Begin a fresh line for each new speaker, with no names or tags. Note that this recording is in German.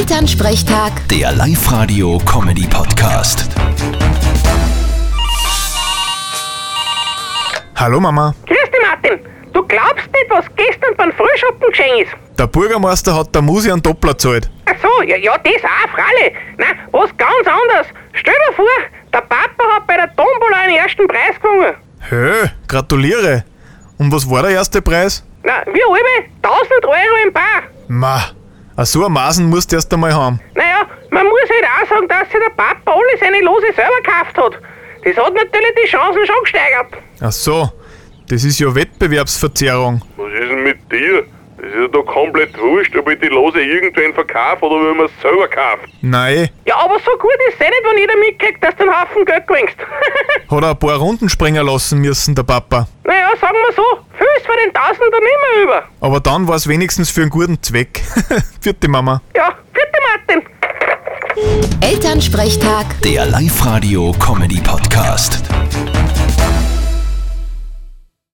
Elternsprechtag,
Der Live-Radio-Comedy-Podcast.
Hallo Mama.
Grüß dich, Martin. Du glaubst nicht, was gestern beim Frühschoppen geschehen ist.
Der Bürgermeister hat der Musi einen Doppler gezahlt.
Ach so, ja, ja das auch, Fralle. Nein, was ganz anderes. Stell dir vor, der Papa hat bei der Tombola einen ersten Preis gewonnen.
Hö, gratuliere. Und was war der erste Preis?
Na, wir alle 1000 Euro im Paar.
Ma, a so ein Masen musst du erst einmal haben.
Naja, man muss halt auch sagen, dass sich der Papa alle seine Lose selber gekauft hat. Das hat natürlich die Chancen schon gesteigert.
Ach so, das ist ja Wettbewerbsverzerrung.
Was ist denn mit dir? Das ist ja doch komplett wurscht, ob ich die Lose irgendwen verkaufe oder wenn man es selber kauft.
Nein,
Ja, aber so gut ist es eh nicht, wenn jeder mitkriegt, dass du einen Haufen Geld gewinnst.
hat er ein paar Runden springen lassen müssen, der Papa.
naja, sagen wir so, viel ist von den 1000 dann immer über.
Aber dann war es wenigstens für einen guten Zweck. Vierte Mama.
Ja, vierte Martin.
Elternsprechtag.
Der Live-Radio-Comedy-Podcast.